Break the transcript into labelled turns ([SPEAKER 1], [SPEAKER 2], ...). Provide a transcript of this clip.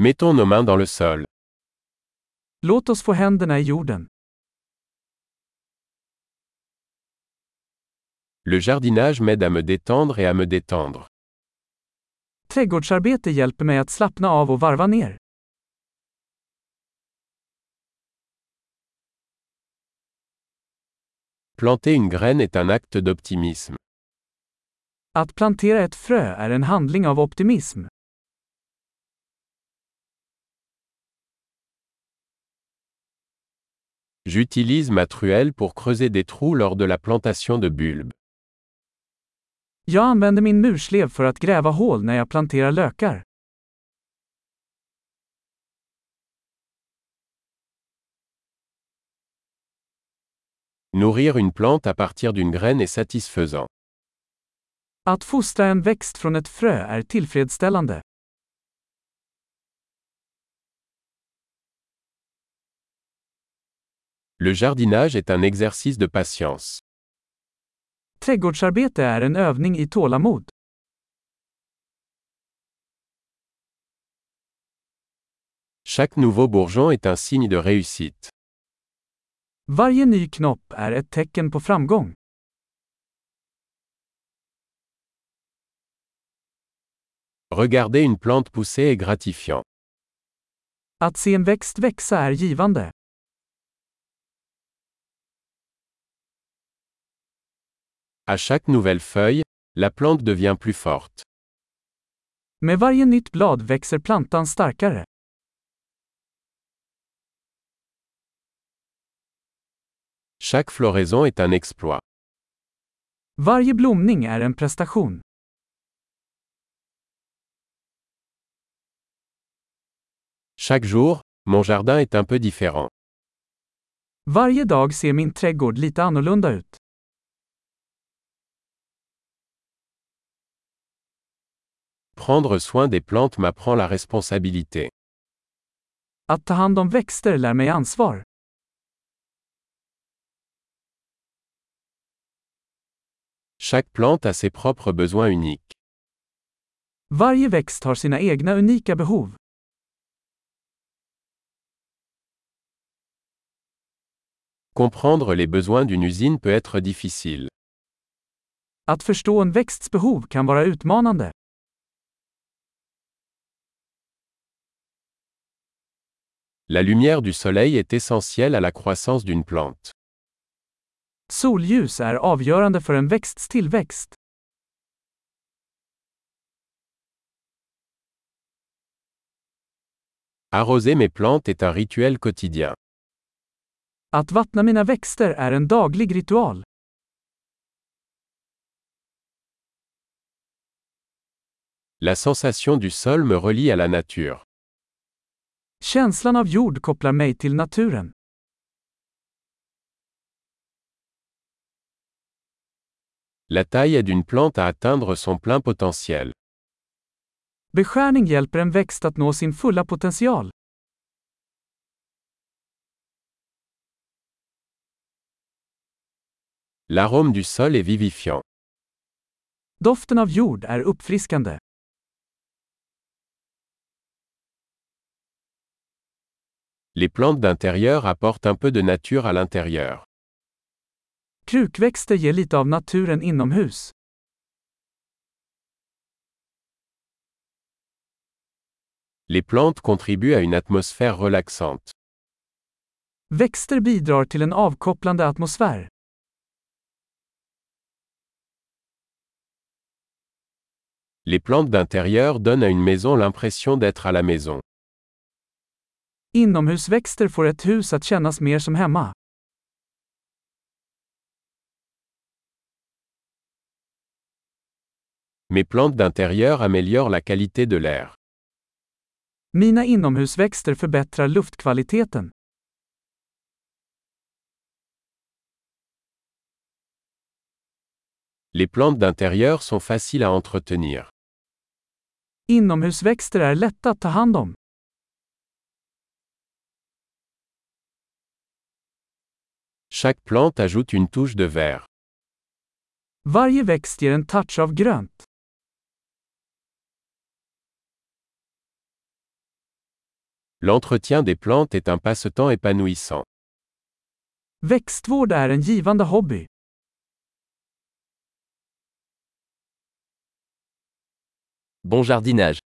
[SPEAKER 1] Mettons nos mains dans le sol.
[SPEAKER 2] Låt oss få händerna i jorden.
[SPEAKER 1] Le jardinage m'aide à me détendre et à me détendre.
[SPEAKER 2] Trädgårdsarbete hjälper mig att slappna av och varva ner.
[SPEAKER 1] Planter une graine est un acte d'optimisme.
[SPEAKER 2] Att plantera ett frö är en handling av optimism.
[SPEAKER 1] J'utilise ma truelle pour creuser des trous lors de la plantation de bulbes.
[SPEAKER 2] Jag använder min murslev för att gräva hål när jag planterar lökar.
[SPEAKER 1] Nourrir une plante à partir d'une graine est satisfaisant.
[SPEAKER 2] Att fostra en växt från ett frö är tillfredsställande.
[SPEAKER 1] Le jardinage est un exercice de patience.
[SPEAKER 2] Trädgårdsarbete är en övning i tålamod.
[SPEAKER 1] Chaque nouveau bourgeon est un signe de réussite.
[SPEAKER 2] Varje ny knopp är ett tecken på framgång.
[SPEAKER 1] Regarder une plante pousser est gratifiant.
[SPEAKER 2] Att se en växt växa är givande.
[SPEAKER 1] À chaque nouvelle feuille, la plante devient plus forte.
[SPEAKER 2] Med varje nytt blad växer plantan starkare.
[SPEAKER 1] Chaque floraison est un exploit.
[SPEAKER 2] Varje blomning är en prestation.
[SPEAKER 1] Chaque jour, mon jardin est un peu différent.
[SPEAKER 2] Varje dag ser min trädgård lite annorlunda ut.
[SPEAKER 1] Prendre soin des plantes m'apprend la responsabilité.
[SPEAKER 2] Att ta hand om växter lär mig ansvar.
[SPEAKER 1] Chaque plante a ses propres besoins uniques.
[SPEAKER 2] Varje växt har sina egna unika behov.
[SPEAKER 1] Comprendre les besoins d'une usine peut être difficile.
[SPEAKER 2] Att förstå en växts behov kan vara utmanande.
[SPEAKER 1] La lumière du soleil est essentielle à la croissance d'une plante.
[SPEAKER 2] Solljus är avgörande för en växts tillväxt.
[SPEAKER 1] Arroser mes plantes est un rituel quotidien.
[SPEAKER 2] Att vattna mina växter är en daglig ritual.
[SPEAKER 1] La sensation du sol me relie à la nature.
[SPEAKER 2] Känslan av jord kopplar mig till naturen.
[SPEAKER 1] La taille aide une plante à atteindre son plein potentiel.
[SPEAKER 2] Beskärning hjälper en växt att nå sin fulla potential.
[SPEAKER 1] L'arôme du sol est vivifiant.
[SPEAKER 2] Doften av jord är uppfriskande.
[SPEAKER 1] Les plantes d'intérieur apportent un peu de nature à l'intérieur.
[SPEAKER 2] Krukväxter ger lite av naturen inomhus.
[SPEAKER 1] Les plantes contribuent à une atmosphère relaxante.
[SPEAKER 2] Växter bidrar till en avkopplande atmosfär.
[SPEAKER 1] Les plantes d'intérieur donnent à une maison l'impression d'être à la maison.
[SPEAKER 2] Inomhusväxter får ett hus att kännas mer som hemma.
[SPEAKER 1] Mes plantes d'intérieur améliorent la qualité de l'air.
[SPEAKER 2] Mina inomhusväxter förbättrar luftkvaliteten.
[SPEAKER 1] Les plantes d'intérieur sont faciles à entretenir.
[SPEAKER 2] Inomhusväxter är lätta att ta hand om.
[SPEAKER 1] Chaque plante ajoute une touche de vert.
[SPEAKER 2] Varje växt ger en touch av grönt.
[SPEAKER 1] L'entretien des plantes est un passe-temps épanouissant.
[SPEAKER 2] Växtvård är en givande hobby.
[SPEAKER 3] Bon jardinage.